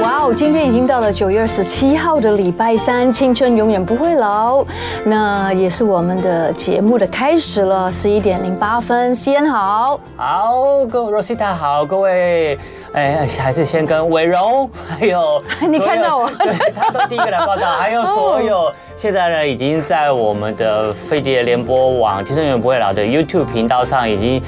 哇哦，今天已经到了九月二十七号的礼拜三，青春永远不会老。那也是我们的节目的开始了，十一点零八分，西安好。好，各位 Rosita 好，各位，哎，还是先跟伟荣，还有 你所有 看到我对，他都第一个来报道，还有所有现在呢已经在我们的飞碟联播网《青春永远不会老》的 YouTube 频道上已经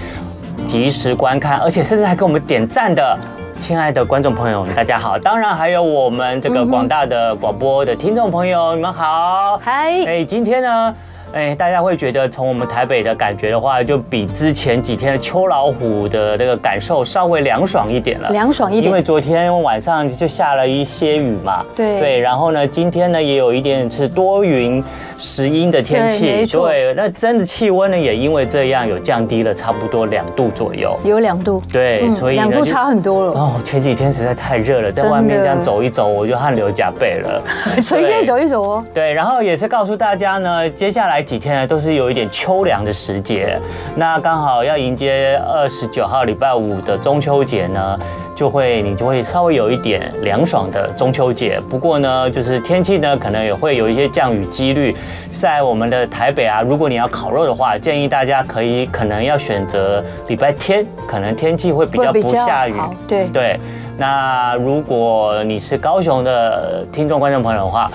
及时观看，而且甚至还给我们点赞的。亲爱的观众朋友们，大家好！当然还有我们这个广大的广播的听众朋友，你们好。嗨，哎，今天呢，哎，大家会觉得从我们台北的感觉的话，就比之前几天的秋老虎的那个感受稍微凉爽一点了。凉爽一因为点。昨天晚上就下了一些雨嘛，对对，然后呢，今天呢也有一点是多云时阴的天对气没，错对，那真的气温呢也因为这样有降低了差不多两度左右，有两度，嗯对，所以呢两度就差很多 了，哦，前几天实在太热了，在外真面的。这样走一走，我就汗流浃背了随便对走一走哦。对，然后也是告诉大家呢，接下来几天呢都是有一点秋凉的时节，那刚好要迎接二十九号礼拜五的中秋节呢，就会你就会稍微有一点凉爽的中秋节。不过呢，就是天气呢可能也会有一些降雨几率，在我们的台北啊，如果你要烤肉的话，建议大家可以可能要选择礼拜天，可能天气会比较会比不较下雨好，对对，那如果你是高雄的听众观众朋友的话，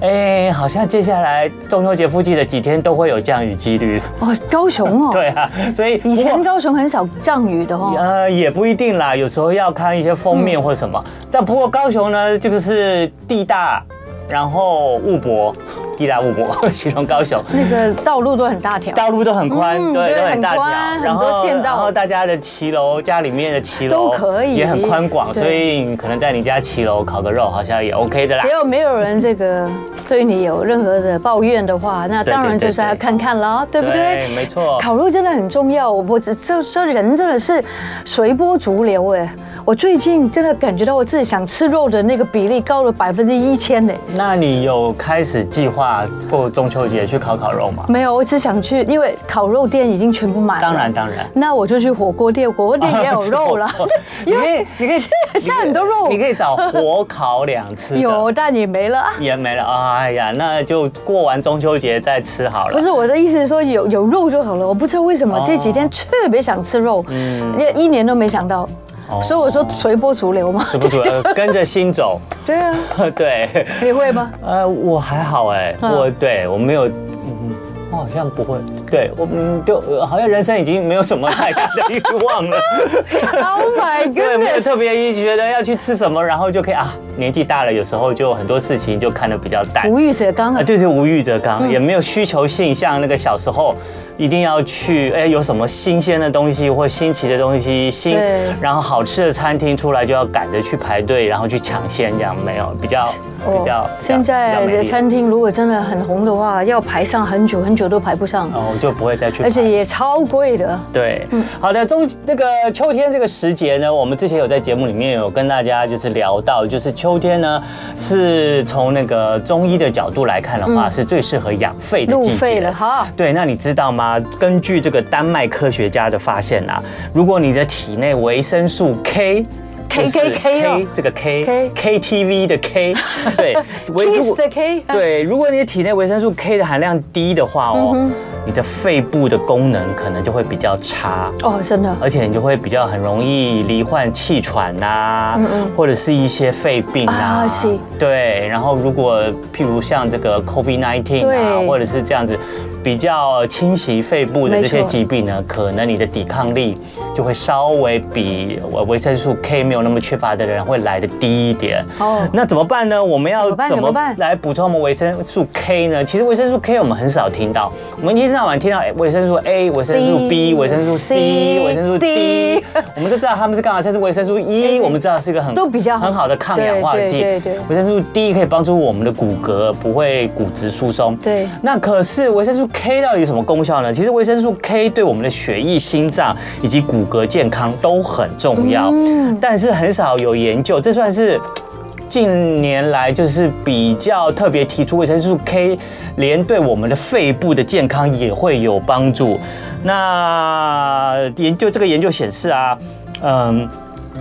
哎，好像接下来中秋节附近的几天都会有降雨几率。哦，高雄哦， 对啊，所以以不前过高雄很少降雨的哦。呃也不一定啦，有时候要看一些封面或什么。嗯但不过高雄呢，这个是地大，然后物博，地大物博 形容高雄。那个道路都很大条，道路都很宽，嗯对，对都很很大条，宽然很多后线道然后大家的骑楼，家里面的骑都楼可以也很宽广，对所以你可能在你家骑楼烤个肉，好像也 OK 的啦只。要没有人这个对你有任何的抱怨的话，那对当然对对就是要对看看了，对不对？没错。烤肉真的很重要，我这这这人真的是随波逐流哎！我最近真的感觉到我自己想吃肉的那个比例高了百分之一千呢。那你有开始计划过中秋节去烤烤肉吗？没有，我只想去，因为烤肉店已经全部满了。当然，。当然。，那我就去火锅店，火锅店也有肉了 你可以，你可以，现在很多肉你可以找火烤两次的。有，但也没了啊。也没了。哎呀，那就过完中秋节再吃好了。不是我的意思是说有有肉就好了，我不知道为什么哦这几天特别想吃肉，嗯也一年都没想到，哦所以我说随波逐流嘛。是 不主要跟着心走， 对啊，对。你会吗？呃，我还好哎，嗯我对我没有，嗯我好像不会，对我嗯，就呃好像人生已经没有什么太大的欲 望了， Oh my 对，没有 goodness！特别觉得要去吃什么，然后就可以啊，年纪大了，有时候就很多事情就看得比较淡。无欲则刚啊，啊，对对，无欲则刚，嗯也没有需求性，像那个小时候，一定要去哎，有什么新鲜的东西或新奇的东西，新对然后好吃的餐厅出来就要赶着去排队，然后去抢先，这样没有比较比较比较哦现比在较没的力餐厅如果真的很红的话，要排上很久很久都排不上，哦，我就不会再去排。而且也嗯超贵的。对，好的，中那个秋天这个时节呢，我们之前有在节目里面有跟大家就是聊到，就是秋天呢是从那个中医的角度来看的话，是最适合养肺的路季费节嗯了。哈，对，那你知道吗？根据这个丹麦科学家的发现啊，如果你的体内维生素 K。 K- 就 K- 是 K 哦这个 K K K T V 的 K，对，维如 Kiss 果的 K，啊对，如果你的体内维生素 K 的含量低的话哦，嗯你的肺部的功能可能就会比较差。哦，真的，而且你就会比较很容易罹患气喘呐、或者是一些肺病嗯啊，啊是对。然后如果譬如像这个 COVID 19啊对，或者是这样子比较侵袭肺部的这没些错疾病呢，可能你的抵抗力就会稍微比呃维生素 K 没有那么缺乏的人会来的低一点。哦那怎么办呢？我们要怎么办怎怎么么办来补充我们维生素 K 呢？其实维生素 K 我们很少听到，我们一天到晚听到哎维生素 A、维生素 B B、维生素 C C、维生素 D D，我们就知道它们是干嘛，甚至维生素 E，我们知道是一个很都比较好很好的抗氧化剂。对对对对维生素 D 可以帮助我们的骨骼不会骨质疏松。对那可是维生素 K 到底有什么功效呢？其实维生素 K 对我们的血液、心脏以及嗯骨骼健康都很重要，但是很少有研究，这算是。近年来就是比较特别提出维生素 K，连对我们的肺部的健康也会有帮助。那研究这个研究显示啊，嗯。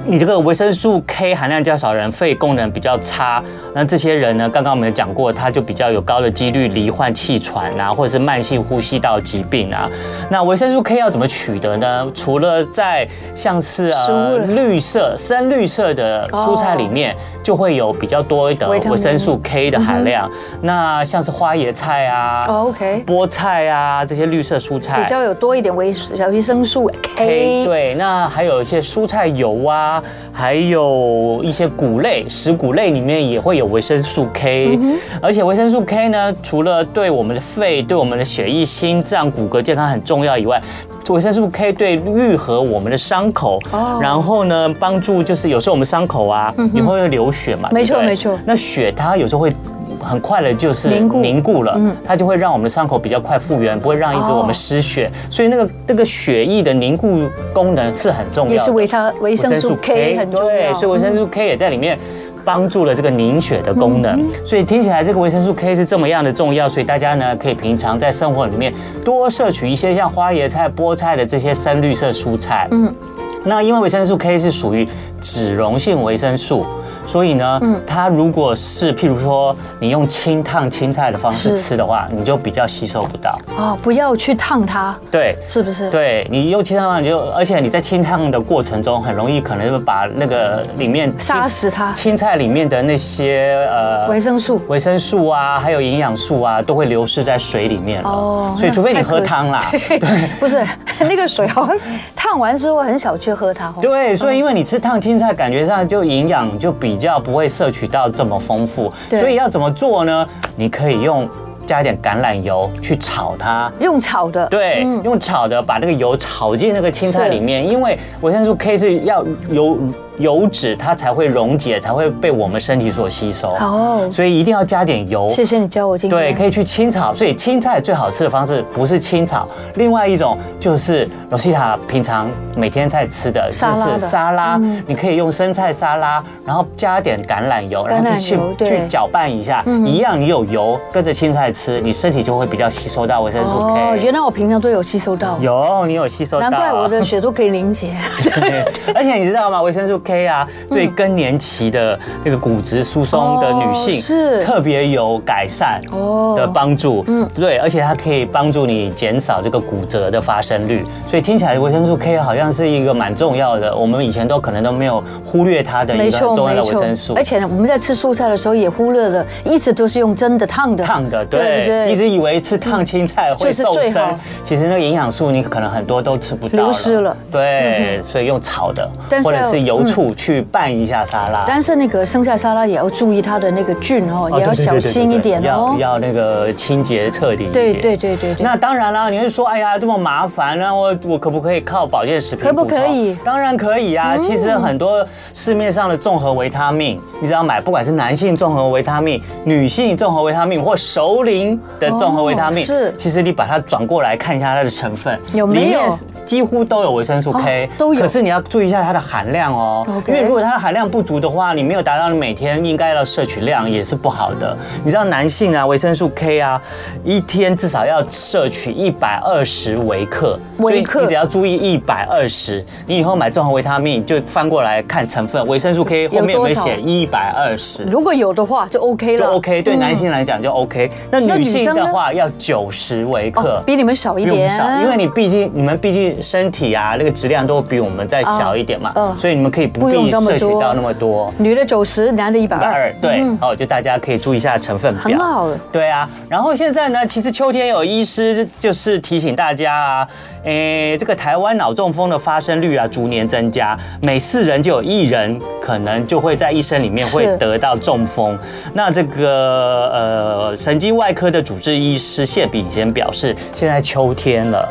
你这个维生素 K 含量较少的人，肺功能比较差，那这些人呢，刚刚我们有讲过，他就比较有高的几率罹患气喘啊，或者是慢性呼吸道疾病啊。那维生素 K 要怎么取得呢？除了在像是呃食物绿色、深绿色的蔬菜里面，就会有比较多的哦维他命嗯维生素 K 的含量。那像是花椰菜啊、哦，OK，菠菜啊这些绿色蔬菜，比较有多一点维小维生素 K， K，哎对，那还有一些蔬菜油啊，还有一些谷类、食谷类里面也会有维生素 K，、而嗯且维生素 K 呢，除了对我们的肺、对我们的血液、心脏、骨骼健康很重要以外，维生素 K 对愈合我们的伤口，哦嗯然后呢，帮助就是有时候我们伤口啊，也会流血嘛，没错对不对没错那血它有时候会。很快的，就是凝固凝固了，嗯它就会让我们的伤口比较快复原，不会让一直哦我们失血，所以那个那个血液的凝固功能是很重也要是的。维他维生素 K 很重对，要，嗯所以维生素 K 也在里面。帮助了这个凝血的功能，嗯所以听起来这个维生素 K 是这么样的重要，所以大家呢可以平常在生活里面多摄取一些像花椰菜、菠菜的这些深绿色蔬菜。嗯嗯，那因为维生素 K 是属于脂溶性维生素，所以呢，嗯它如果是譬如说你用清烫青菜的方式是吃的话，你就比较吸收不到。哦，不要去烫它，对，是不是？对你用清烫棒，你就而且你在清烫的过程中，很容易可能会把那个里面青杀死它青菜里面的那些呃维生素维生素啊，还有营养素啊，都会流失在水里面了。哦所以那除非你太喝可汤啦。 不是那个水好像烫完之后很少去喝它哦，对，所以因为你吃烫青菜，感觉上就营养就比较不会摄取到这么丰富，对所以要怎么做呢？你可以用加一点橄榄油去炒它，用炒的，对，嗯用炒的把那个油炒进那个青菜是里面，因为维生素 K 是要油油脂它才会溶解，才会被我们身体所吸收，哦，所以一定要加点油。谢谢你教我经对，验，可以去清炒，所以青菜最好吃的方式不是清炒，另外一种就是罗西塔平常每天在吃的沙就拉的是沙拉嗯，你可以用生菜沙拉，然后加点橄榄油，然后去橄榄油去对去搅拌一下，嗯一样你有油跟着青菜吃，你身体就会比较吸收到维生素 K。哦，原来我平常都有吸收到，有，你有吸收到。难怪我的血都可以凝结， 对。而且你知道吗？维生素 K 啊，嗯对更年期的那个骨质疏松的女性哦是特别有改善哦的帮助。嗯嗯，对，而且它可以帮助你减少这个骨折的发生率。所以听起来维生素 K 好像是一个蛮重要的，我们以前都可能都没有忽略它的一没个错很重要没的维生素错，而。且呢，我们在吃蔬菜的时候也忽略了，一直都是用蒸的烫的，烫的，对对对，对一直以为吃烫青菜会就是最瘦身好，其实那个营养素你可能很多都吃不到，流失了嗯对，所以用炒的但，是嗯或者是油醋去拌一下沙拉。但是那个生菜沙拉也要注意它的那个菌哦，也要小心一点哦要。要那个清洁彻底一对点。对对对对。那当然啦，你会说，哎呀，这么麻烦，那我我可不可以靠保健食品可不补充可以嗯当然可以啊。其实很多市面上的综合维他命，你只要买，不管是男性综合维他命、女性综合维他命或熟龄的综合维他命，哦是其实你把它转过来看一下它的成分，有没有里面几乎都有维生素 K，、哦都有可是你要注意一下它的含量哦 OK 因为如果它的含量不足的话，你没有达到你每天应该要摄取量，也是不好的。你知道男性啊，维生素 K 啊，一天至少要摄取一百二十微克，微克所以你只要注意一百二十，你以后买综合维他命就翻过来看成分，维生素 K 后面有没有有多写少一百二十？如果有的话就 OK 就了。 OK，对男性来讲就 OK。那那女女性生的呢话要九十微克哦，，比你们少一比我们点少，，因为你毕竟你们毕竟身体啊那个质量都比我们再小一点嘛，哦嗯所以你们可以不不用必那么摄取多到那么多。女的九十，男的一百一百二二，，对嗯，哦，就大家可以注意一下成分很表。好了。对啊，然后现在呢，其实秋天有医师就是提醒大家啊，诶，这个台湾脑中风的发生率啊逐年增加，每四人就有一人可能就会在一生里面会是得到中风。那这个呃神经外科的主治医师谢炳贤表示，现在秋天了。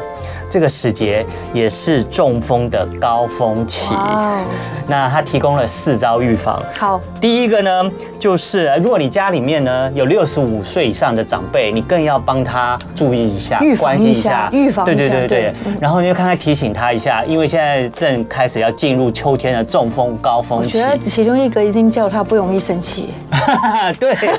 这个时节也是中风的高峰期。哇哦，那它提供了四招预防。好，第一个呢，就是如果你家里面呢有六十五岁以上的长辈，你更要帮他注意一下预防，关心一下预防对一对下对对对。然后你就看看提醒他一下，因为现在正开始要进入秋天的中风高我峰期觉。得其中一个一定叫他不容易生 气，对，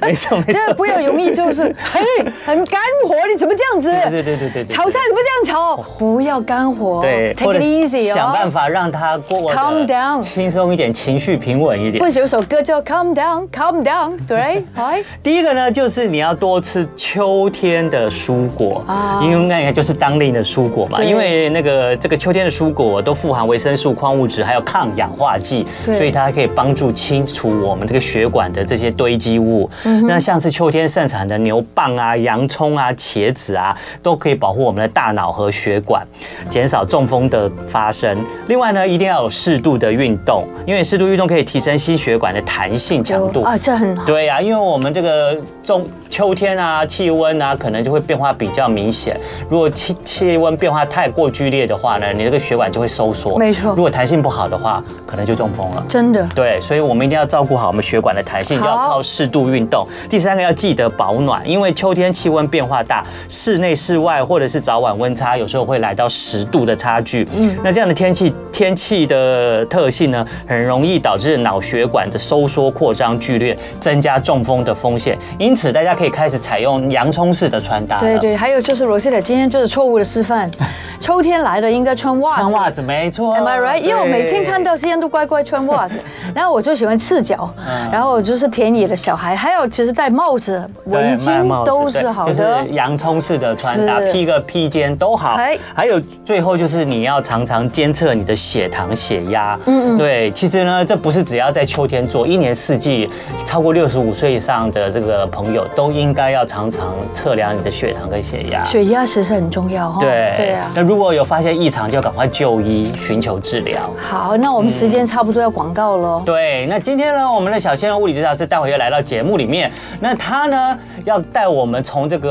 没错没这错。不容易 就是嘿，很干活，你怎么这样子？对对对对对对炒菜怎么这样炒？不要干活，对， ，take it easy 哦。想办法让他过 Calm down 得轻松一点，情绪平稳一点不。是有首歌叫《Calm Down》，Calm Down，对， 哎，第一个呢，就是你要多吃秋天的蔬果啊啊，因为那个就是当令的蔬果嘛。对因为那个这个秋天的蔬果都富含维生素、矿物质，还有抗氧化剂，对所以它可以帮助清除我们这个血管的这些堆积物。嗯那像是秋天盛产的牛蒡啊、洋葱啊、茄子啊，都可以保护我们的大脑和血管，减少中风的发生。另外呢，一定要有适度的运动，因为适度运动可以提升心血管的弹性强度。啊，这很好。对呀、因为我们这个中秋天啊，气温啊，可能就会变化比较明显。如果气气温变化太过剧烈的话呢，你这个血管就会收缩。没错如果弹性不好的话，可能就中风了。真的，对，所以我们一定要照顾好我们血管的弹性，好要靠适度运动。第三个要记得保暖，因为秋天气温变化大，室内室外或者是早晚温差有时候会来到十度的差距。嗯，那这样的天气天气的特性呢，很容易导致脑血管的收缩扩张剧烈，增加中风的风险。因此，大家可以开始采用洋葱式的穿搭了。对对，还有就是 Rosita 今天就是错误的示 范，秋天来的应该穿袜子。穿袜子没错。 Am I right？因为我每天看到。到西安都乖乖穿袜子， 然后我就喜欢赤脚，嗯然后我就是田野的小孩，还有其实戴帽子、对围卖帽巾子都对是好的就是。洋葱式的穿搭，是披个披肩都好哎。还有最后就是你要常常监测你的血糖、血压。嗯嗯对，其实呢，这不是只要在秋天做，一年四季，超过六十五岁以上的这个朋友都应该要常常测量你的血糖跟血压。血压其实很重要哈。对对啊。那如果有发现异常，就赶快就医寻求治疗。好，那我们时间差不多要广告了。对对，那今天呢，我们的小鲜肉物理治疗师待会要来到节目里面，那他呢要带我们从这个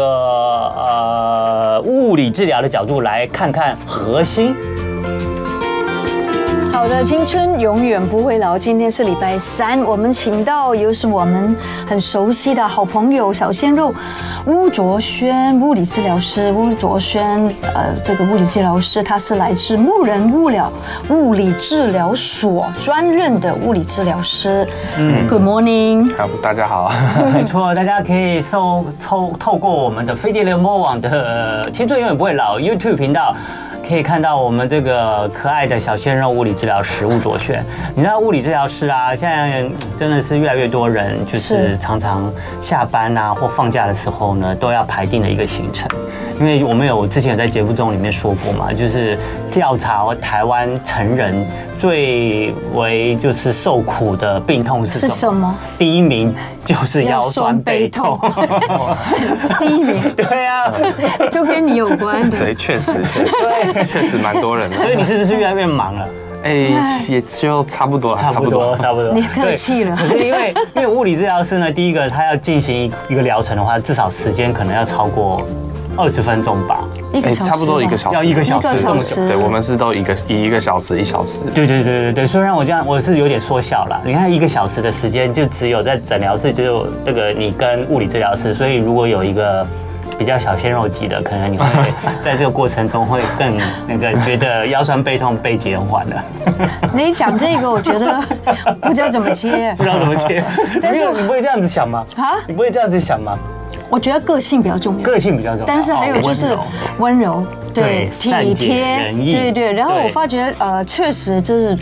呃物理治疗的角度来看看核心。好的，青春永远不会老。今天是礼拜三，我们请到又是我们很熟悉的好朋友小鲜肉巫卓轩，物理治疗师巫卓轩。呃，这个物理治疗师他是来自牧人物疗物理治疗所专任的物理治疗师。Good morning。好，大家好，没错，大家可以搜透透过我们的飞碟联播网的呃“青春永远不会老 ”YouTube 频道。可以看到我们这个可爱的小鲜肉物理治疗师吴卓轩，你知道物理治疗师啊，现在嗯真的是越来越多人，就是是常常下班啊或放假的时候呢，都要排定的一个行程，因为我们有之前有在节目中里面说过嘛，就是调查台湾成人最为就是受苦的病痛是是什么？第一名就是腰酸背痛。腰第一名 对啊，就跟你有关的。嗯对，确 实，确实，确实蛮多人的。所以你是不是越来越忙了？哎，也就差不多啦，啊差不多，差不多。你客气了对可是因为因为物理治疗师呢，第一个他要进行一一个疗程的话，至少时间可能要超过二十分钟吧。一个哎，小时吧。差不多一个小时，要一个小时一个这小么时久。对，我们是都一个一个小时一小时。对对对对对，虽然我这样我是有点缩小了，你看一个小时的时间就只有在诊疗室，只有这个你跟物理治疗师，所以如果有一个。比较小鲜肉级的，可能你会 在这个过程中会更那个觉得腰酸背痛被减缓了，你讲这个，我觉得不知道怎么接不知道怎么 接。但没是有，你不会这样子想吗？啊。你不会这样子想吗？我觉得个性比较重要，个性比较重要，哦但是还有就是温柔，对对，体善解贴，人意对对。然后我对发觉，呃，确实就是。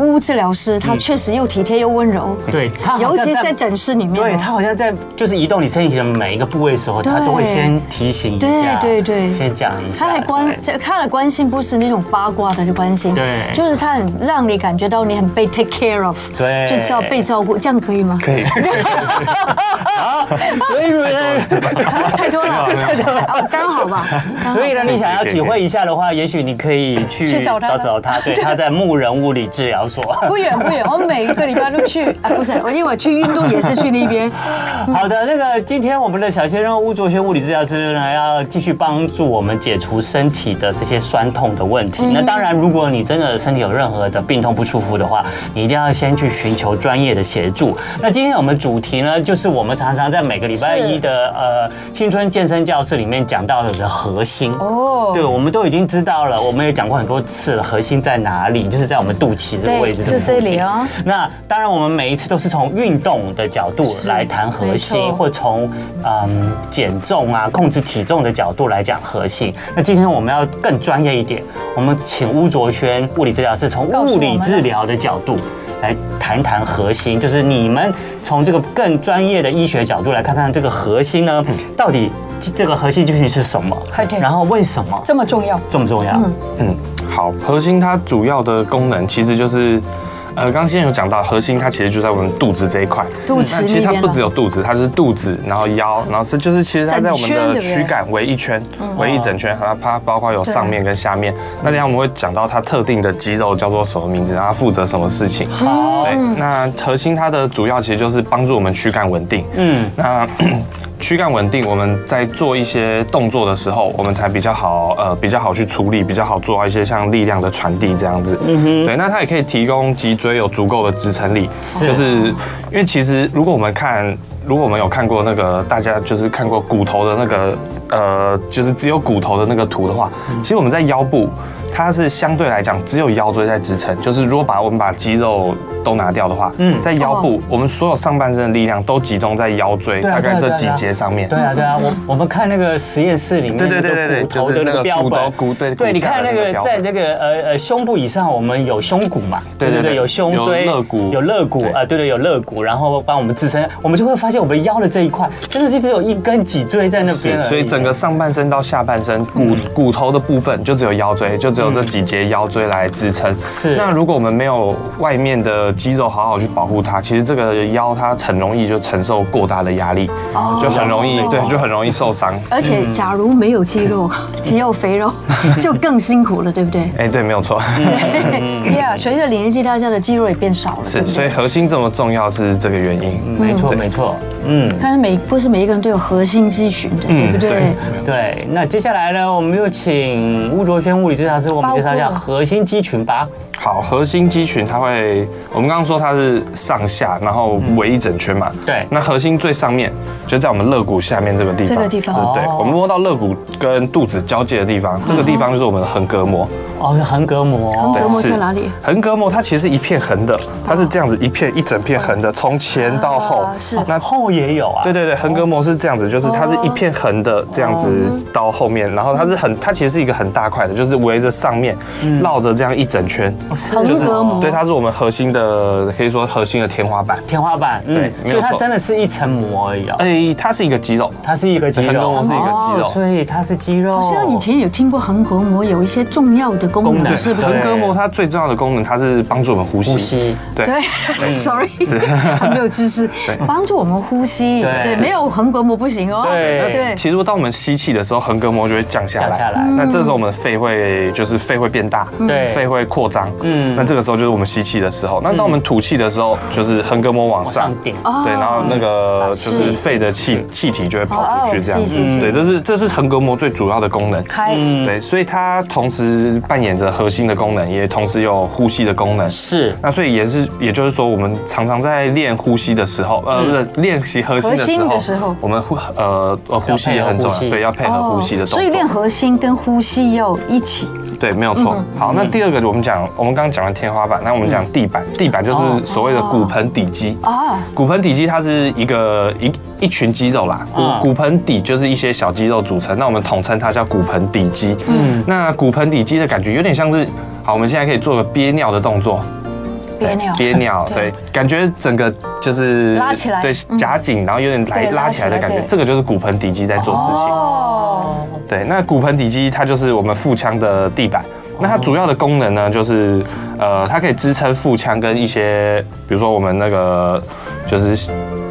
巫治疗师他确实又体贴又温柔，对嗯他好像尤其在在诊室里面哦，对他好像在就是移动你身体的每一个部位的时候，他对都会先提醒一下，对对对先讲一下，他还关对这他的关心不是那种八卦的关心，对就是他很让你感觉到你很被 take care of，对就知道被照顾，这样可以 吗？ 可以，所以太多了，太多了，哦刚好 吧，刚好所以呢，你想要体会一下的话，也许你可以去去找他 找他，对，他在牧人物理治疗不错。不远不远，我每个礼拜都去啊，不是，我因为我去运动也是去那边。 好的，那个今天我们的小鲜肉巫卓轩物理治疗师呢，要继续帮助我们解除身体的这些酸痛的问题。那当然，如果你真的身体有任何的病痛不舒服的话，你一定要先去寻求专业的协助。那今天我们主题呢，就是我们常常在每个礼拜是一的呃青春健身教室里面讲到的核心。哦对，，我们都已经知道了，我们也讲过很多次了，核心在哪里，就是在我们肚脐这个对位置就这个这附里近哦那当然，我们每一次都是从运动的角度是来谈核没心，错或从嗯减重啊、控制体重的角度来讲核心。那今天我们要更专业一点，我们请巫卓轩物理治疗师从告诉物我们理了治疗的角度。来谈谈核心，就是你们从这个更专业的医学角度来看看这个核心呢，嗯到底这个核心究竟是什么 OK 然后啊为什么这么重要。重不重要？嗯嗯，好，核心它主要的功能其实就是，呃，刚刚先有讲到，核心它其实就在我们肚子这一块。嗯肚脐那其实那它边不吗只？有肚子，它就是肚子，然后腰，然后是就是其实它在我们整圈对不的对躯干围一圈，围一整圈，然后它包括有对上面跟下面。那等一下我们会讲到它特定的肌肉叫做什么名字，然后它负责什么事情。好，对，那核心它的主要其实就是帮助我们躯干稳定。嗯，那躯干稳定，我们在做一些动作的时候，我们才比较好，呃，比较好去处理，比较好做到一些像力量的传递这样子。嗯哼，对，那它也可以提供脊椎有足够的支撑力，就是因为其实如果我们看。如果我们有看过那个，大家就是看过骨头的那个，呃，就是只有骨头的那个图的话，其实我们在腰部，它是相对来讲只有腰椎在支撑。就是如果把我们把肌肉都拿掉的话，嗯，在腰部，我们所有上半身的力量都集中在腰椎，对啊大概对啊这几节上面。对啊，对啊，我我们看那个实验室里面对对对那个对对骨头就的是那那个个标骨本头，骨对对，骨你架看那的那个个标在本这个呃呃胸部以上，我们有胸骨嘛，对对对有胸椎，有肋骨有肋骨对啊，对对，有肋骨，然后帮我们支撑，我们就会发现我们腰的这一块，真的就只有一根脊椎在那边而是，已，所以整个上半身到下半身骨嗯骨头的部分就只有腰椎，就只有这几节腰椎来支撑。是那如果我们没有外面的肌肉好好去保护它，其实这个腰它很容易就承受过大的压力，哦就很容易对，就很容易受伤。而且，嗯假如没有肌 肉，只有肥肉，就更辛苦了，对不对？哎，对，没有 错， 对呀，随着年纪，大家的肌肉也变少了。嗯是，所以核心这么重要是这个原因。没错没错，嗯。但是每不是每一个人都有核心肌群的，嗯对不对？对，那接下来呢，我们就请巫卓轩物理治疗师，我们介绍一下包括核心肌群吧。好，核心肌群它会，我们刚刚说它是上下，然后围一整圈嘛。对那核心最上面就在我们肋骨下面这个地方。这个地方对对哦我们摸到肋骨跟肚子交界的地方，这个地方就是我们的横膈膜。哦，是横膈膜，横膈膜对在是哪里？横膈膜它其实是一片横的，它是这样子一片一整片横的，从前到后啊。是那后也有啊。对对对，横膈膜是这样子，就是它是一片横的这样子哦到后面，然后它是很，它其实是一个很大块的，就是围着上面绕着这样一整圈，横膈膜。对，它是我们核心的，可以说核心的天花板。天花板，嗯对，没有所错以它真的是一层膜而已哦，哎，它是一个肌肉，它是一个肌横膈肉，膜是一个肌肉哦所以它是肌肉。好哦像以前有听过横膈膜有一些重要的功功能，能是不横是？膈膜它最重要的功能，它是帮助我们呼吸。呼吸，对，嗯对 ，sorry，很没有知识，帮助我们呼吸。对对，是没有横膈膜不行哦。对对，其实当我们吸气的时候，横膈膜就会降下来，降下来那这时候我们肺会就是肺会变大，对肺会扩张，嗯嗯，那这个时候就是我们吸气的时候。那当我们吐气的时候，就是横膈膜往上上。顶。哦对，然后那个就是是肺的气气体就会跑哦出去，这样是子是是。对，这是这是横膈膜最主要的功能。开对，所以它同时扮演着核心的功能，也同时有呼吸的功能。是，那所以也是，也就是说，我们常常在练呼吸的时候，呃，不是练习核心的时嗯核心的候，时候我们呼呃呃呼吸也很重要配合呼吸要，对，要配合呼吸的动哦作。所以练嗯核心跟呼吸要一起。对，没有错。好，那第二个我们讲，我们刚刚讲完天花板，那我们嗯讲地板，地板就是所谓的骨盆底肌。哦，骨盆底肌它是一个一一群肌肉啦，骨嗯骨盆底就是一些小肌肉组成，那我们统称它叫骨盆底肌。嗯嗯，那骨盆底肌的感觉有点像是，好，我们现在可以做个憋尿的动作，憋尿。憋 尿，对对，感觉整个就是拉起来对嗯，夹紧，然后有点来对拉起来的拉起来感觉对，这个就是骨盆底肌在做事情。哦，对，那骨盆底肌它就是我们腹腔的地板，哦那它主要的功能呢，就是呃，它可以支撑腹腔跟一些，比如说我们那个就是。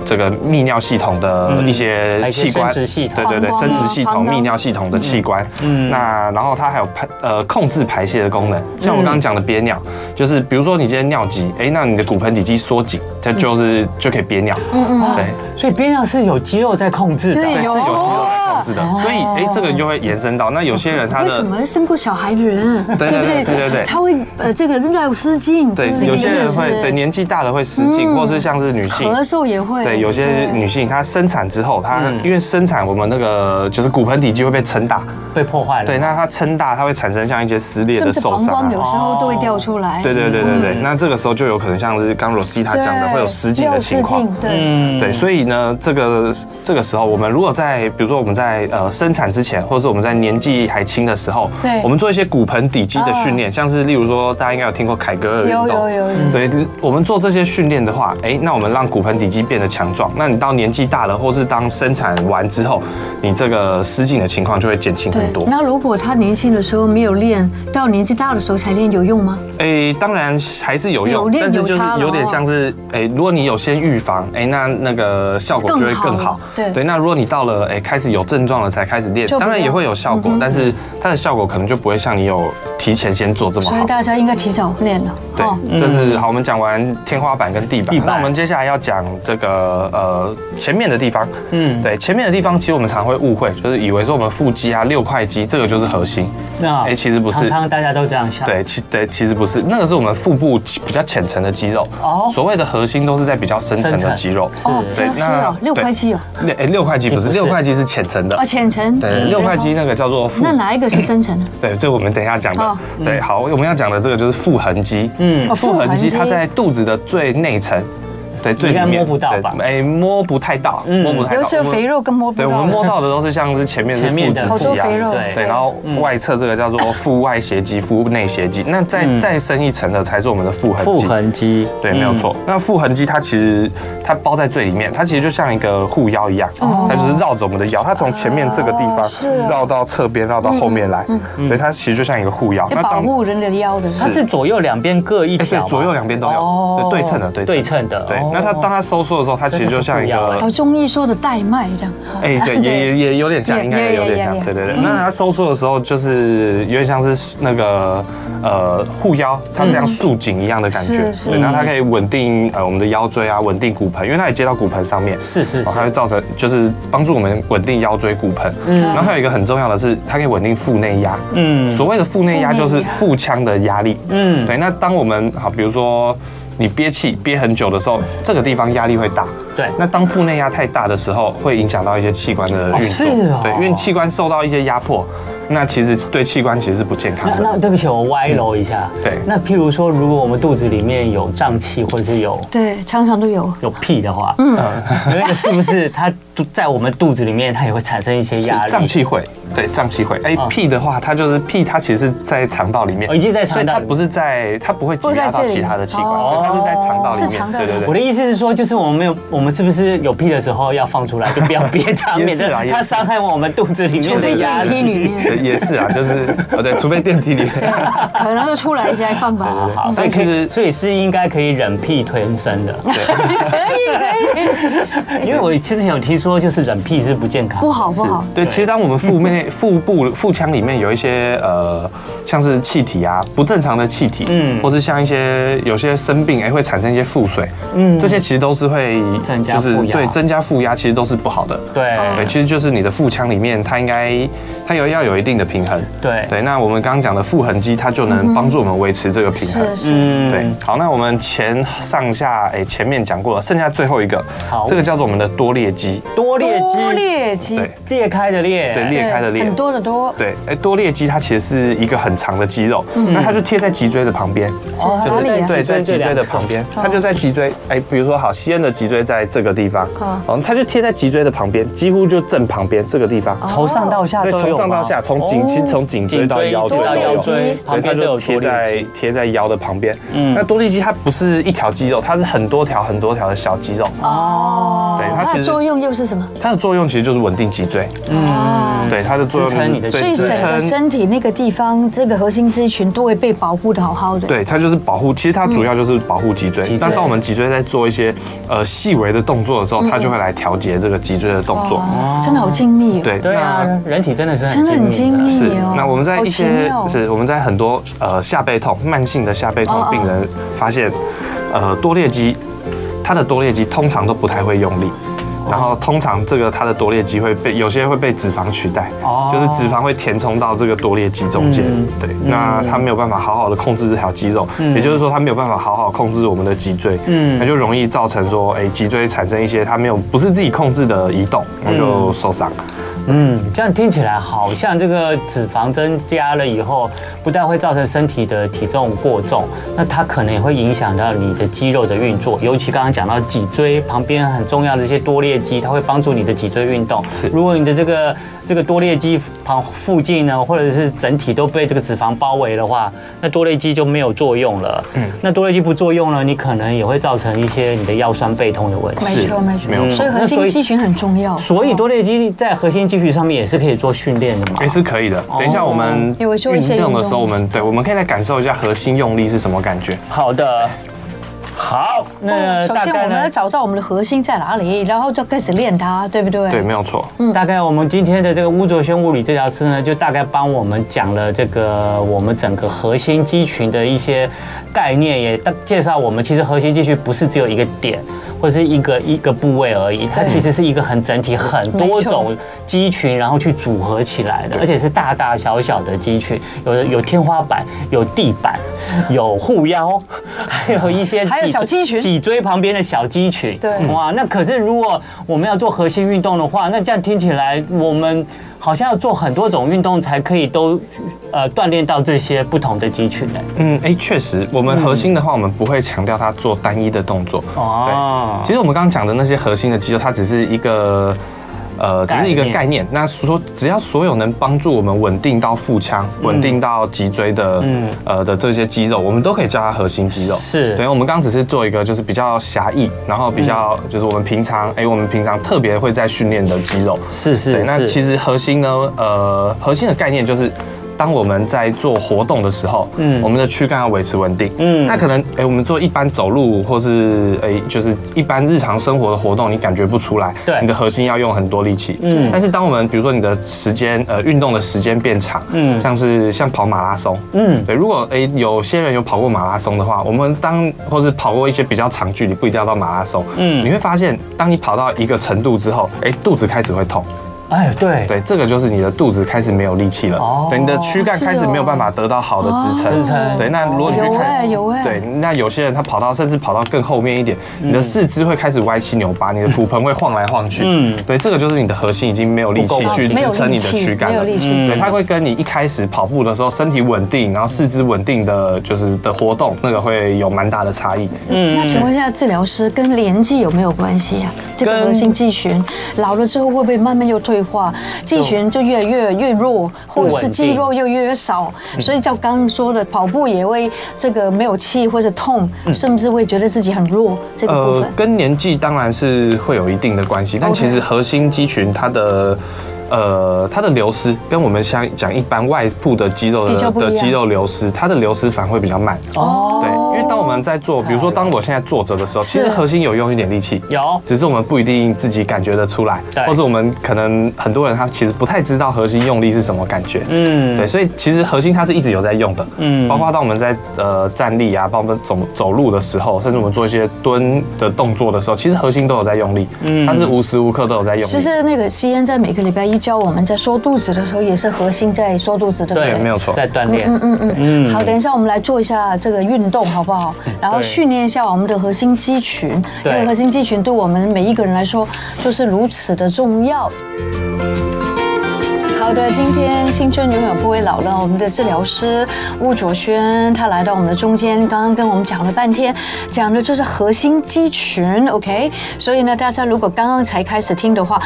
这个泌尿系统的一些嗯还有一些器生官，殖系统对对对，膀胱生啊殖系膀统、胱泌尿系统的器官。嗯那然后它还有排呃控制排泄的功能，像我嗯刚刚讲的憋尿，就是比如说你今天尿急，哎，那你的骨盆底肌缩紧，它嗯就是就可以憋尿。哦对。哦所以憋尿是有肌肉在控制的。对哦对，是有有肌肉来控制的，所以哎，这个就会延伸到那有些人他为什的。么生过小孩的人，对不对对对对他会呃这个尿失禁，对嗯就是，有些人就是会对年纪大了会失禁，嗯或是像是女性，咳嗽也会，对，有些女性她生产之后，她嗯因为生产我们那个就是骨盆底肌会被撑大，被破坏了。对，那她撑大，她会产生像一些撕裂是的不是受膀伤胱有嗯啊。时候都会掉出来？对对对对对，那这个时候就有可能像是刚罗西她对，讲的会有失禁的情况尿失。禁对，嗯对，所以呢，这个这个时候，我们如果在比如说我们在呃生产之前，或者是我们在年纪还轻的时候，对啊我们做一些骨盆底肌的训练，像是例如说大家应该有听过凯格尔运有动，有有有。对，我们做这些训练的话，哎，那我们让骨盆底肌变得强壮。那你到年纪大了，或是当生产完之后，你这个失禁的情况就会减轻很对，多。那如果他年轻的时候没有练，到年纪大的时候才练有用吗？哎，当然还是有用，有练但是就是有差了哦有点像是哎，如果你有先预防，哎，那那个效果就会更更好好。对那如果你到了哎开始有症状了才开始练就，不嗯当然也要会有效果，但是它的效果可能就不会像你有提前先做这么所好以。大家应该提早练了。哦对，这是好，我们讲完天花板跟地板，嗯地板那我们接下来要讲这个呃前面的地方。嗯，对，前面的地方其实我们常会误会，就是以为说我们腹肌啊、六块肌这个就是核心。那哎其实不是常常大家都这样想。，对，其对其实不是，那个是我们腹部比较浅层的肌肉。哦所谓的核心都是在比较深层深层的肌肉。哦，是这样是哦，对六块肌哦，六哎六块肌不不是，是六块肌是浅层的哦，。浅层。对，六块肌那个叫做腹那哪一个是深层的？对，这我们等一下讲哦的。对，好，我们要讲的这个就是腹横肌。嗯哦，腹横肌它在肚子的最内层，对，最应该里面摸不到对吧哎，摸不太到，嗯摸不太到。有些我们肥肉跟摸不对，我到们的。摸到的都是像是前面是前面的腹好直多肌啊肥肉。对嗯对，然后外侧这个叫做腹外斜肌、腹内斜肌，那再、嗯再深一层的才是我们的腹横肌。腹横肌，嗯对，没有错。嗯那腹横肌它其实它包在最里面，它其实就像一个护腰一样，它就是绕着我们的腰，它从前面这个地哦是哦嗯啊方绕到侧边，绕到后面来，所以它其实就像一个护腰。要保护人的腰的。嗯。它是左右两边各一条吗，哎对左右两边都有哦对对称的对称的对称的。对哦，那它当它收缩的时候，它其实就像一真的是不啊一个样哦，中医说的带脉这样。哎、 对，也也也有点像，也应该也有点也像也也，嗯对对对。那它收缩的时候，就是有点像是那个呃护腰，它这样束紧一样的感觉是，嗯是对，那它可以稳定呃我们的腰椎啊，稳定骨盆，因为它也接到骨盆上面。是是哦它是，会造成就是帮助我们稳定腰椎骨盆，嗯，然后还有一个很重要的是，它可以稳定腹内压，嗯所谓的腹内压就是腹内压腹腔的压力，嗯，对，那当我们好，比如说你憋气憋很久的时候，这个地方压力会大。对那当腹内压太大的时候，会影响到一些器官的运作。哦是哦对，因为器官受到一些压迫，那其实对器官其实是不健康那那的。对不起，我歪楼一下。嗯对那譬如说，如果我们肚子里面有胀气，或者是有对，常常都有。有屁的话，嗯，那个是不是它肚在我们肚子里面，它也会产生一些是压力？胀气会，对胀气会。哎、嗯屁的话，它就是屁，它其实是在肠道里面哦，，已经在肠所以道它里不面。是在，它不会挤压不到会在这里其他的器官，哦对它是在肠道里是肠面。道里对对我对。的意思是说，就是我们没有，我们是不是有屁的时候要放出来，就不要憋它，也免 是得啊也是它伤害我们肚子里除面的非压电梯力。里面， 也也是啊，就是哦对，除非电梯里面。对，可能就出来一下放哦吧。好，所以可嗯但其以，实所以是应该可以忍屁吞声的，嗯可以可以，因为我之前有听说，就是忍屁是不健康的，不好不好。对，对其实当我们腹内、腹部、腹腔里面有一些呃，像是气体啊，不正常的气体，嗯嗯，或是像一些有些生病，哎、会产生一些腹水，嗯嗯，这些其实都是会增加就是负压对增加负压，其实都是不好的。对，对其实就是你的腹腔里面，它应该它有要有一定的平衡。对对，那我们刚刚讲的腹横肌，它就能帮助我们维持这个平衡。嗯是是，嗯对，好，那我们前上下哎、前面讲过了，剩下最后一个，好这个叫做我们的多裂肌，多裂多肌，裂肌，对裂开的裂，嗯对对裂开的裂很多的多，对，哎，多裂肌它其实是一个很长的肌肉，嗯那它就贴在脊椎的旁边，哦哪里啊对，在脊椎的旁旁边，它就在脊椎，哎，比如说好，西恩的脊椎在这个地方哦，哦，它就贴在脊椎的旁边，几乎就正旁边这个地方，从上到下对，哦都有吗哦从上到下，从颈其实从颈椎到腰椎椎都到有腰椎旁对，它边都就有贴多在裂肌。贴在腰的旁边。嗯那多裂肌它不是一条肌肉，它是很多条很多条的小肌肉。哦对它它其的实作用又是是什么？它的作用其实就是稳定脊椎，哦，对它的作用就是支撑你的对所以支整个撑身体那个地方，这个核心肌群都会被保护的好好的。对，它就是保护，其实它主要就是保护脊椎。脊椎那当我们脊椎在做一些呃细微的动作的时候，它就会来调节这个脊椎的动作。哇，真的好精密哦。对，对啊那，人体真的是真的很啊精密是哦。，那我们在一好奇些妙哦是我们在很多呃下背痛、慢性的下背痛哦哦病人发现，呃多裂肌，它的多裂肌通常都不太会用力。然哦后通常这个它的多裂肌会被有些会被脂肪取代，哦就是脂肪会填充到这个多裂肌中间嗯，对，那它没有办法好好的控制这条肌肉，也就是说它没有办法好好控制我们的脊椎，嗯那就容易造成说，哎，脊椎产生一些它没有不是自己控制的移动，那就受伤。嗯，这样听起来好像这个脂肪增加了以后，不但会造成身体的体重过重，那它可能也会影响到你的肌肉的运作，尤其刚刚讲到脊椎旁边很重要的一些多裂肌，它会帮助你的脊椎运动。如果你的这个这个多裂肌旁附近呢，或者是整体都被这个脂肪包围的话，那多裂肌就没有作用了。嗯，那多裂肌不作用了，你可能也会造成一些你的腰酸背痛的问题。没错是没错，没有所以错核那所心以肌群很重要。哦所以多裂肌在核心肌群上面也是可以做训练的嘛？哎也是可以的。等一下我们有做一些运动的运动时候，我们对，我们可以来感受一下核心用力是什么感觉。好的，好，那哦首大先概我们要呢？找到我们的核心在哪里，然后就开始练它，对不对？对，没有错。嗯大概我们今天的这个乌卓轩物理治疗师呢，就大概帮我们讲了这个我们整个核心肌群的一些概念，也大介绍我们其实核心肌群不是只有一个点或是一个一个部位而已，它其实是一个很整体很多没错种肌群，然后去组合起来的，而且是大大小小的肌群，有的有天花板，有地板，有护腰，还有一些还有脊小肌群脊椎旁边的小肌群。对哇，那可是如果我们要做核心运动的话，那这样听起来我们好像要做很多种运动才可以都呃锻炼到这些不同的肌群的。嗯，哎，确实，我们核心的话，我们不会强调它做单一的动作。哦其实我们刚刚讲的那些核心的肌肉，它只是一个。呃，只是一个概念概念。那说只要所有能帮助我们稳定到腹腔、稳定到脊椎的，嗯呃的这些肌肉，我们都可以叫它核心肌肉。是对，我们刚刚只是做一个就是比较狭义，然后比较就是我们平常，哎，我们平常特别会在训练的肌肉。是对，是那是，其实核心呢，呃，核心的概念就是。当我们在做活动的时候，嗯嗯，我们的躯干要维持稳定，嗯嗯，那可能，哎、我们做一般走路或是哎、就是一般日常生活的活动，你感觉不出来，对你的核心要用很多力气，嗯嗯，但是当我们比如说你的时间，呃，运动的时间变长，嗯嗯，像是像跑马拉松，嗯对，如果诶、有些人有跑过马拉松的话，我们当或是跑过一些比较长距离，不一定要到马拉松，嗯嗯，你会发现，当你跑到一个程度之后，诶、肚子开始会痛，哎对，对，这个就是你的肚子开始没有力气了，哦对，你的躯干是开始哦没有办法得到好的支撑，支撑对，那如果你去有哎看。有哎，对，那有些人他跑到甚至跑到更后面一点，嗯你的四肢会开始歪七扭八，你的骨盆会晃来晃去。嗯嗯， 对，这个就是你的核心已经没有力不够气了去没有支撑你力的气，躯干没有了。力气。嗯对，它会跟你一开始跑步的时候身体稳定，然后四肢稳定的就是的活动，那个会有蛮大的差异。那请问一下，治疗师跟年纪有没有关系啊？这个跟核心肌群老了之后会不会慢慢又退化，肌群就越来越越弱，或者是肌肉又越来越少？所以照刚刚说的，跑步也会这个没有气或者痛，甚至会觉得自己很弱这个部分。呃跟年纪当然是会有一定的关系，但 OK 其实核心肌群它的。呃，它的流失跟我们像讲一般外部的肌肉比较的不一样的肌肉流失，它的流失反而会比较慢。哦呃对，因为当我们在做，比如说当我现在坐着的时候，其实是核心有用一点力气，有只是我们不一定自己感觉得出来对，或是我们可能很多人他其实不太知道核心用力是什么感觉。嗯对，所以其实核心它是一直有在用的，嗯嗯，包括当我们在呃站立啊，包括我们走走路的时候，甚至我们做一些蹲的动作的时候，其实核心都有在用力，嗯嗯，它是无时无刻都有在用其力，实那个西安在每个礼拜一教我们在缩肚子的时候，也是核心在缩肚子，对不对？对没有错在锻炼。嗯嗯嗯嗯，嗯好，等一下我们来做一下这个运动，好不好？然后对训练一下我们的核心肌群，因对为核心肌群对我们每一个人来说就是如此的重要。好的，今天青春永远不会老了。我们的治疗师巫卓轩，他来到我们的中间，刚刚跟我们讲了半天，讲的就是核心肌群，OK。所以呢，大家如果刚刚才开始听的话，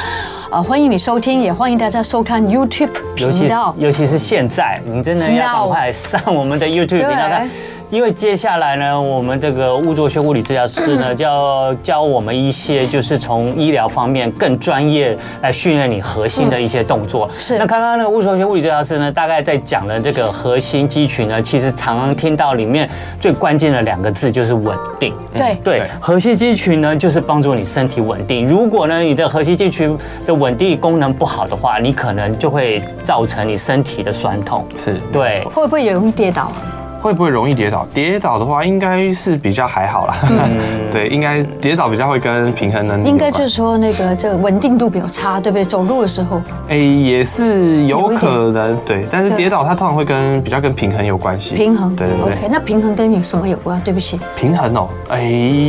呃，欢迎你收听，也欢迎大家收看 YouTube 尤其频是道。尤其是现在，你真的要赶快上我们的 YouTube 频道看。因为接下来呢，我们这个物作学物理治疗师嗯呢，就要教我们一些就是从医疗方面更专业来训练你核心的一些动作。嗯是那刚刚呢，物作学物理治疗师呢，大概在讲了这个核心肌群呢，其实常常听到里面最关键的两个字就是稳定。对，对对，核心肌群呢，就是帮助你身体稳定。如果呢，你的核心肌群的稳定功能不好的话，你可能就会造成你身体的酸痛。是对，会不会也容易跌倒？啊会不会容易跌倒？跌倒的话，应该是比较还好啦。 对，应该跌倒比较会跟平衡能嗯力有关。应该就是说那个这个稳定度比较差，对不对？走路的时候，哎、也是有有一点可能对，但是对跌倒它通常会跟比较跟平衡有关系。平衡。对对对 OK，那平衡跟有什么有关？对不起，平衡哦、哎、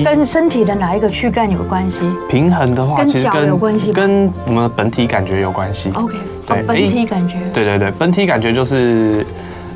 跟身体的哪一个躯干有关系平衡的话，跟其实脚有关系吗跟我们的本体感觉有关系。 ？OK，对哦，本体感觉。对对对，本体感觉就是，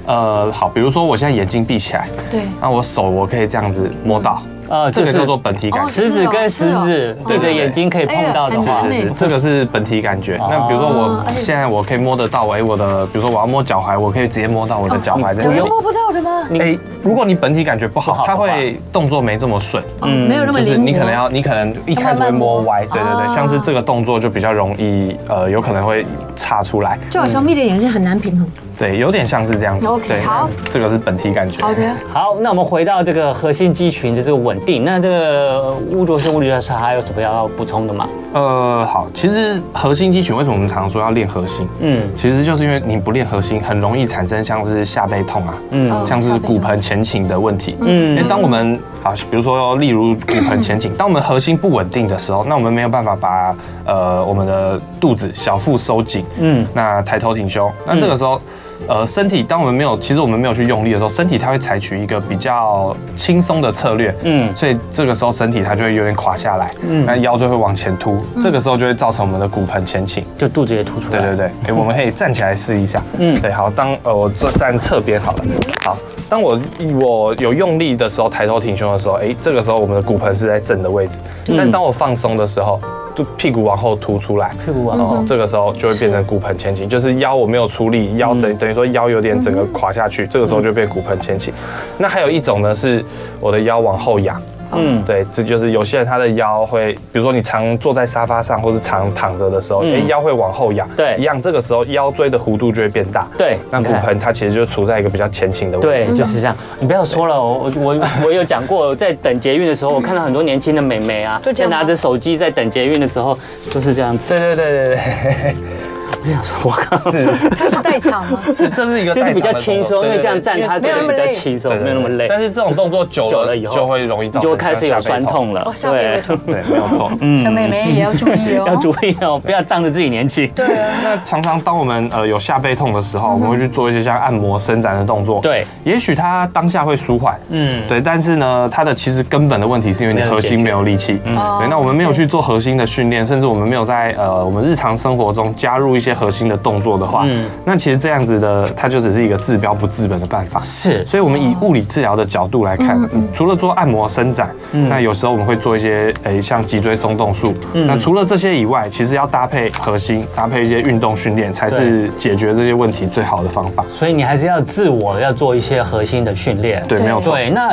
呃，好，比如说我现在眼睛闭起来，对，那我手我可以这样子摸到，呃，这就个是叫做本体感哦觉。食指跟食指是哦对着眼睛可以碰到的哎话呦很就美是这个是本体感觉。那比如说哦哎我呦现在我可以摸得到，哎，我的，比如说我要摸脚踝，我可以直接摸到我的脚踝哦有在那人边用。摸不到的吗？你哎，如果你本体感觉不不好好，的它话会动作没这么顺。哦，没有那么嗯就是灵活。你可能要，你可能一开始会摸歪，慢对慢摸啊对对，像是这个动作就比较容易，呃，有可能会岔出来，就好像眯着眼睛很难平衡。对，有点像是这样子 OK，。对，好那这个是本体感觉。好的，好，那我们回到这个核心肌群的这个稳定，那这个乌卓生物理老师还有什么要补充的吗？呃，好，其实核心肌群为什么我们常说要练核心？嗯其实就是因为你不练核心，很容易产生像是下背痛啊，哦嗯像是骨盆前倾的问题。嗯，因为嗯当我们啊，比如说例如骨盆前倾，当我们核心不稳定的时候，那我们没有办法把呃我们的肚子小腹收紧，嗯，那抬头挺胸，那这个时候。呃，身体当我们没有，其实我们没有去用力的时候，身体它会采取一个比较轻松的策略，嗯嗯，所以这个时候身体它就会有点垮下来，嗯，那腰就会往前凸，这个时候就会造成我们的骨盆前倾。就肚子也凸出来。对 对对，哎、我们可以站起来试一下。嗯嗯，对，好，当呃我坐站侧边好了。好，当我我有用力的时候，抬头挺胸的时候，哎、这个时候我们的骨盆是在正的位置。嗯但当我放松的时候，就屁股往后凸出来。屁股往后哦，这个时候就会变成骨盆前倾，就是腰我没有出力，腰嗯等等于说腰有点整个垮下去，这个时候就变骨盆前倾。那还有一种呢是我的腰往后仰，嗯对，这就是有些人他的腰会，比如说你常坐在沙发上或是常躺着的时候，哎、嗯腰会往后仰，对一样，这个时候腰椎的弧度就会变大，对那骨你看盆它其实就处在一个比较前倾的位对置，，就是这样。你不要说了，我我我我有讲过，在等捷运的时候，我看到很多年轻的美眉啊就，这在样吗拿着手机在等捷运的时候，就是这样子。对对对对我靠，对，是它是代偿吗？是，这是一 个就是比较代偿的动作轻松，因为这样站对对它没对有那么比较累轻松，对对对没有那么累，但是这种动作久了久了以后就会容易你造成就会开始有像下背酸痛嗯了哦，。下背会痛。对，没有 错。小妹妹也要注意哦。要注意哦，不要仗着自己年轻。对啊，那常常当我们呃有下背痛的时候，我们会去做一些像按摩、伸展的动作。对也许它当下会舒缓，嗯，对，但是呢，它的其实根本的问题是因为你核心没有力气。嗯，哦对，那我们没有去做核心的训练，甚至我们没有在呃我们日常生活中加入一些核心的动作的话，嗯那其实这样子的它就只是一个治标不治本的办法。是所以，我们以物理治疗的角度来看，除了做按摩伸展，那有时候我们会做一些诶，像脊椎松动术。那除了这些以外，其实要搭配核心，搭配一些运动训练，才是解决这些问题最好的方法。所以你还是要自我要做一些核心的训练。对，没有错。对，那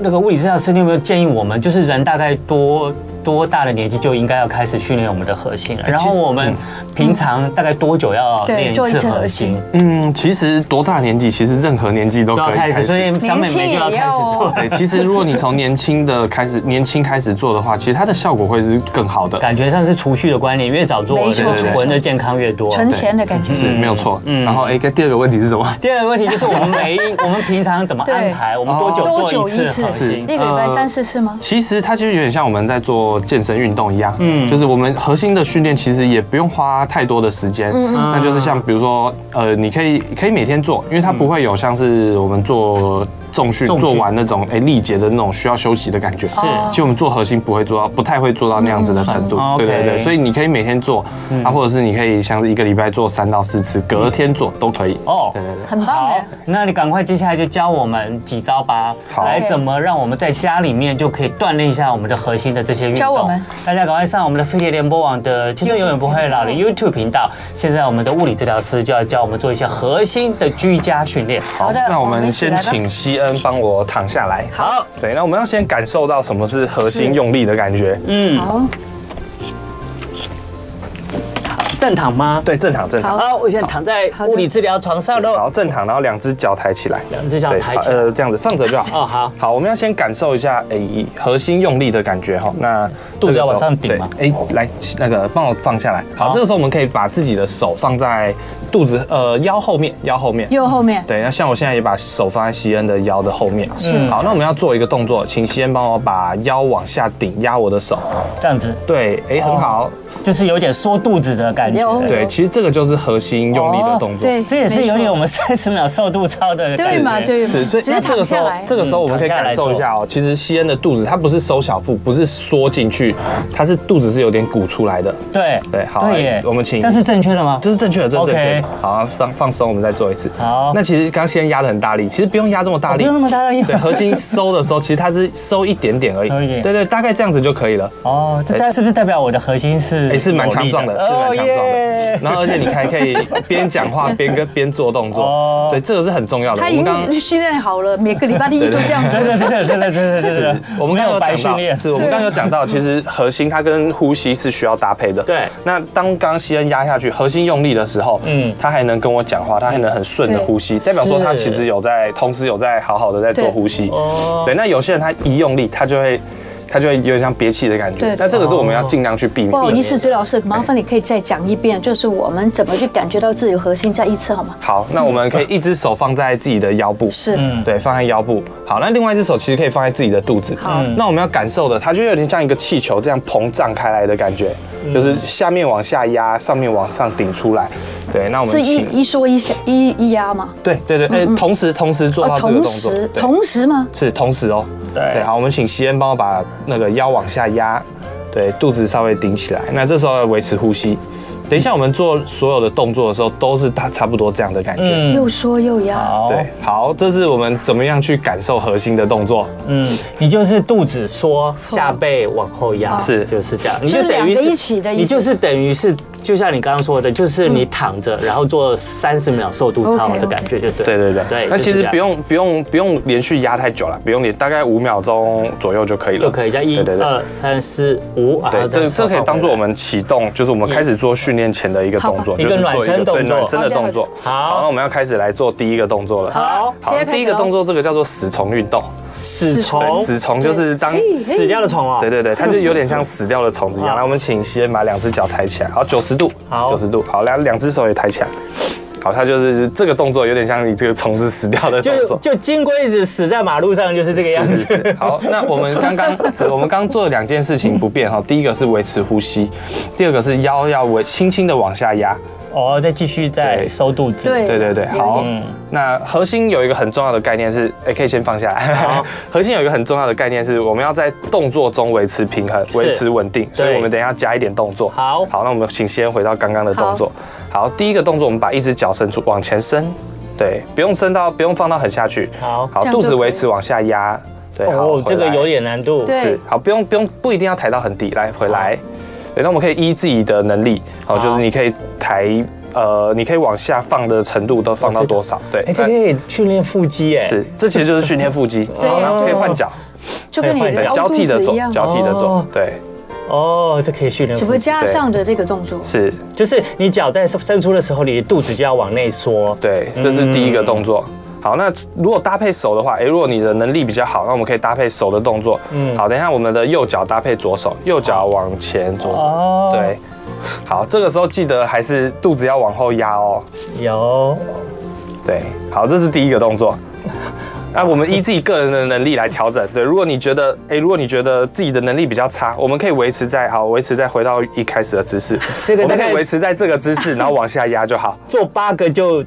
那个物理治疗师，你有没有建议我们，就是人大概多多大的年纪就应该要开始训练我们的核哎心了？然后我嗯们平常大概多久要对练一做一次次核核心心？嗯，其实多大年纪，其实任何年纪都都要哦可以开开始，始。所以小美眉就要开始做哦了。对，其实如果你从年轻的开始， 年轻开始做的话，其实它的效果会是更好的。感觉上是储蓄的观念，越早做，没错就存的健康越多。存钱的感嗯觉。是没有错。然后，哎，第二个问题是什么？第二个问题就是我们 每一我们平常怎么安排，我们多久哦多久做一一次次核？心？一个礼拜三四次吗？其实它就有点像我们在做健身运动一样，嗯嗯，就是我们核心的训练其实也不用花太多的时间，嗯那就是像比如说，呃，你可以可以每天做，因为它不会有像是我们做重训重训做完那种哎力竭的那种需要休息的感觉，是哦其实我们做核心不会做到，不太会做到那样子的程度嗯嗯，对对 OK 对，所以你可以每天做，啊，或者是你可以像是一个礼拜做三到四次，隔天做都可以，哦对对对。很棒好哎，，那你赶快接下来就教我们几招吧，好来 OK 怎么让我们在家里面就可以锻炼一下我们的核心的这些运动。教我们，大家赶快上我们的飞碟联播网的“青春永远不会老”的 YouTube 频道。现在我们的物理治疗师就要教我们做一些核心的居家训练。好的那我我们一们起先来吧请西恩帮我躺下来。好，对，那我们要先感受到什么是核心用力的感觉。嗯，好，正躺吗？对，正躺正好躺。好，我现在躺在好的物理治疗床上好，喽。正躺，然后两只脚抬起来，两只脚抬起来对呃，这样子放着就好。哦，好，好，我们要先感受一下诶、核心用力的感觉哈。那肚子要这个时候往上顶嘛对诶、来那个帮我放下来。好，好这个时候我们可以把自己的手放在肚子呃腰后面，腰后面。右后面，对，那像我现在也把手放在西恩的腰的后面。嗯好，那我们要做一个动作，请西恩帮我把腰往下顶，压我的手。这样子对，诶、很哦好。就是有点缩肚子的感有觉。对，其实这个就是核心用力的动作。哦对，这也是有没点错我们三十秒瘦肚操的感觉。对嘛对嘛是，，所以直那接这个躺时下候来，，这个时候我们可以嗯躺下感来受一做下哦。其实西恩的肚子，它不是收小腹，不是缩进去，它是肚子是有点鼓出来的。对对好对耶，我们请这是正确的吗？这是正确的，这是正确 OK 的。好，啊放放松，我们再做一次。好那其实刚刚西恩压的很大力，其实哦不用压这么大不力用。那么大力。对，核心收的时候，其实它是收一点点而已。收一点对对，大概这样子就可以了。 哦，这代是不是代表我的核心是有力的？哎也是蛮强壮的，是蛮强壮哦的耶。然后而且你还可以边讲话边跟边做动哦作，对，这个是很重要的。他我已们刚刚经训练好了，每个礼拜 一都这样真子。的，真的，真的，真的，真的，我们没刚刚有有白讲训练到，。是我们刚刚有讲到，其实核心它跟呼吸是需要搭配的。对那当刚刚吸恩压下去，核心用力的时候，嗯嗯，他还能跟我讲话，他还能很顺的呼吸，代表说他其实有在，同时有在好好的在做对呼吸。哦，对，那有些人他一用力，他就会，他就会有点像憋气的感对觉。那这个是我们要尽量去避免。不好意思，治疗师，麻烦你可以再讲一遍，就是我们怎么去感觉到自己核心再一次好吗？好，那我们可以一只手放在自己的腰部，是，嗯，对，放在腰部。好，那另外一只手其实可以放在自己的肚子。好嗯那我们要感受的，它就有点像一个气球这样膨胀开来的感觉，嗯就是下面往下压，上面往上顶出来。对，那我是们请，一一缩一下一一压吗？啊对对对，哎，同时同时做到这个哦同动作时，对同时吗？是同时哦。对对，好，我们请西恩帮我把那个腰往下压，对，肚子稍微顶起来。那这时候要维持呼吸。等一下我们做所有的动作的时候，都是它差不多这样的感觉。嗯，又缩又压，好，对，好，这是我们怎么样去感受核心的动作。嗯，你就是肚子缩，下背往后压，是就是这样，你是两个是一起的意思嗯你就是等于是，就像你刚刚说的，就是你躺着，然后做三十秒瘦肚操 OK，OK 的感觉，就对，对对对，对，那其就是实这样不用不用不用连续压太久了，不用连大概五秒钟左右就可以了，就可以，加一对对对。二三四五，啊然后对，这样这可以当做我们启动，就是我们开始做训练前的一个动作，一个就是暖做身动对作暖身的动作。好那我们要开始来做第一个动作了。好现在开始第一个咯动作这个叫做死虫运动，死对，虫，死虫就是当。嘿死掉的虫哦，对对对，它就有点像死掉的虫子一样。嗯好来，我们请先把两只脚抬起来，好，九十度，好九十度，好，两两只手也抬起来。好，它就是这个动作有点像你这个虫子死掉的动就作。就金龟子死在马路上就是这个样是是子，是。好，那我们刚刚是我们刚做了两件事情不变哈，第一个是维持呼吸，第二个是腰要维轻轻的往下压。 哦，再继续再对收肚子，对对对对，嗯有一好点。那核心有一个很重要的概念是，哎，可以先放下来好。 核心有一个很重要的概念是，我们要在动作中维持平衡，是维持稳定。所以对我们等一下加一点动作。好好，那我们请先回到刚刚的动作。好，第一个动作我们把一只脚伸出往前伸，对，不用伸到，不用放到很下去。好这，好样就肚子可以维持往下压。对，好哦，，这个回来有点难度，对是好，不用不用不一定要抬到很低，来回来。对，那我们可以依自己的能力，好，好就是你可以抬，呃，你可以往下放的程度都放到多少？对，哎，这个那可以训练腹肌，哎，是，这其实就是训练 腹肌，对好，然后可以换脚，就跟你可以的换对，凹交肚替的子走一样，，交替的哦走，对，哦，这可以训练只腹会肌，加上的这个动作。是，就是你脚在伸出的时候，你的肚子就要往内缩，对，嗯这是第一个动作。好，那如果搭配手的话，诶，如果你的能力比较好，那我们可以搭配手的动作。嗯嗯，好，等一下我们的右脚搭配左手，右脚往前，左手，哦对。好，这个时候记得还是肚子要往后压哦，有对，好，这是第一个动作。 那我们依自己个人的能力来调整。对，如果你觉得，哎、如果你觉得自己的能力比较差，我们可以维持在好，维持在回到一开始的姿势。这个我大们可概以维持在这个姿势，然后往下压就好。做八个就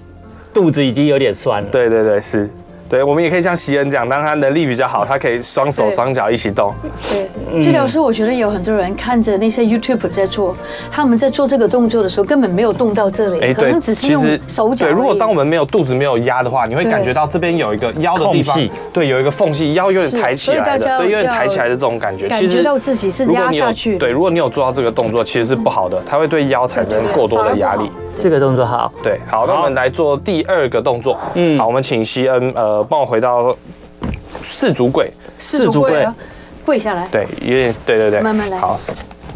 肚子已经有点酸了，对对对，是。对，我们也可以像席恩这样，当他能力比较好，他可以双手对双脚一起动。嗯对，治疗师，我觉得有很多人看着那些 YouTube 在做，他们在做这个动作的时候根本没有动到这哎里，可能只是用手脚而对，已。如果当我们没有肚子没有压的话，你会对感觉到这边有一个腰的地方空隙，对，有一个缝隙，腰有是点抬起所以大来家的，对，有点要抬起来的这种感觉。感其实觉到自己是如果压你有下去对，如果你有做到这个动作，其实是不好的，它会对腰产生过多的压对力对。这个动作好，对，好，那我们来做第二个动作。嗯嗯，好，我们请西恩呃帮我回到四足跪，四足跪啊，跪下来。对，有点对对对，慢慢来好，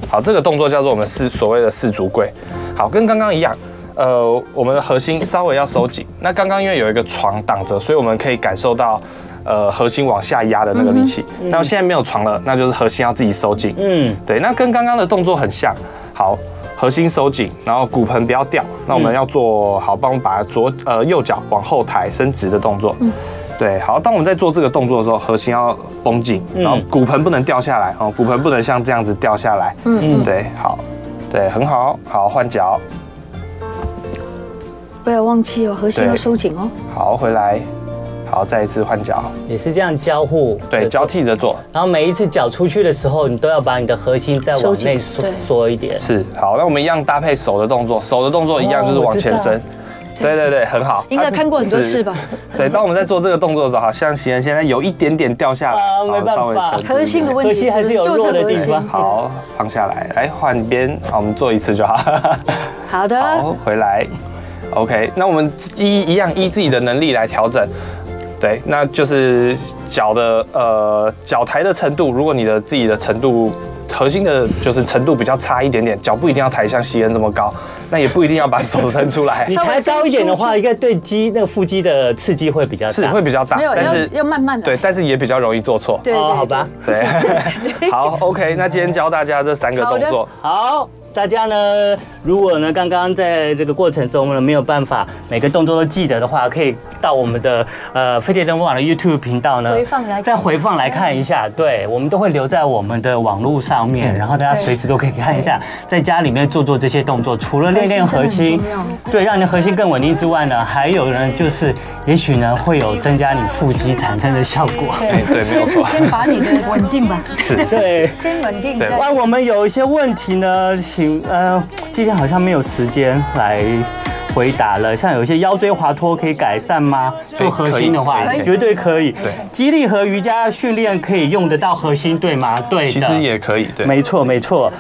好，这个动作叫做我们四所谓的四足跪。好，跟刚刚一样，呃，我们的核心稍微要收紧。那刚刚因为有一个床挡着，所以我们可以感受到。呃，核心往下压的那个力气，嗯那现在没有床了，那就是核心要自己收紧。嗯，对，那跟刚刚的动作很像。好，核心收紧，然后骨盆不要掉。那嗯我们要做好，帮我们把左呃右脚往后抬伸直的动作。嗯对，好，当我们在做这个动作的时候，核心要绷紧，嗯然后骨盆不能掉下来哦，骨盆不能像这样子掉下来。嗯嗯，对，好，对，很好，好，换脚，不要忘记哦，核心对啊要收紧哦。好，回来，好，再一次换脚，也是这样交互，对，交替着做，然后每一次脚出去的时候，你都要把你的核心再收往紧内缩对缩一点。是，好，那我们一样搭配手的动作，手的动作一样就是哦我往知前道伸。对对对，很好。啊应该看过很多次吧？对，当我们在做这个动作的时候，好像行人现在有一点点掉下来，啊好没办稍微法撑住核心的问题核心还是有不弱的就是核地心方好，放下来，来换边，好，我们做一次就好。好的， 好，回来。OK，那我们依一样依自己的能力来调整。对，那就是脚的呃脚抬的程度，如果你的自己的程度核心的就是程度比较差一点点，脚不一定要抬像西恩这么高，那也不一定要把手伸出 来你，稍微抬高一点的伸出话，去应该对肌那个腹肌的刺激会比较大。是会比较大没有，但要是要慢慢来。对，但是也比较容易做错。对哦，对好吧。 对，好，OK，那今天教大家这三个动作，好，大家呢，如果呢刚刚在这个过程中呢没有办法每个动作都记得的话，可以到我们的呃飞碟人网的 YouTube 频道呢回放来看再回放来看一下。对，我们都会留在我们的网络上面，然后大家随时都可以看一下，在家里面做做这些动作，除了练练核心核心真的很重，对，让你的核心更稳定之外呢，还有呢就是也许呢会有增加你腹肌产生的效果。哎对没有错先先把你的稳定 吧，对。先稳定对再。那我们有一些问题呢，请呃，今天好像没有时间来回答了。像有一些腰椎滑脱可以改善吗？做核心的话可以可以绝对可以。对，肌力和瑜伽训练可以用得到核心，对吗？对的，其实也可以，对，没错没错。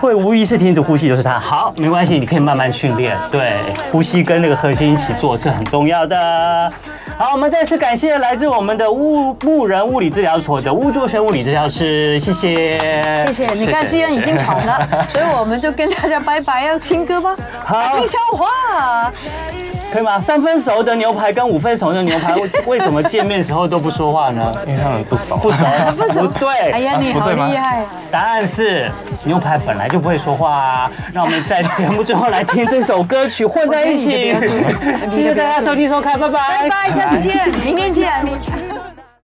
会无意识停止呼吸就是它。好，没关系，你可以慢慢训练。对，呼吸跟那个核心一起做是很重要的。好，我们再次感谢来自我们的乌牧人物理治疗所的巫卓璇物理治疗师，谢谢，谢谢，你看西恩已经闯 了，所以我们就跟大家拜拜，要听歌吗？好听笑话。可以吗？三分熟的牛排跟五分熟的牛排，为为什么见面时候都不说话呢？因为他们不熟，不熟， 不熟哎对。呀，你啊不好对吗厉害！啊答案是牛排本来就不会说话啊。让我们在节目最后来听这首歌曲，混在一起 我跟你的。谢谢大家收听收看，拜拜拜拜，下次见，明天见。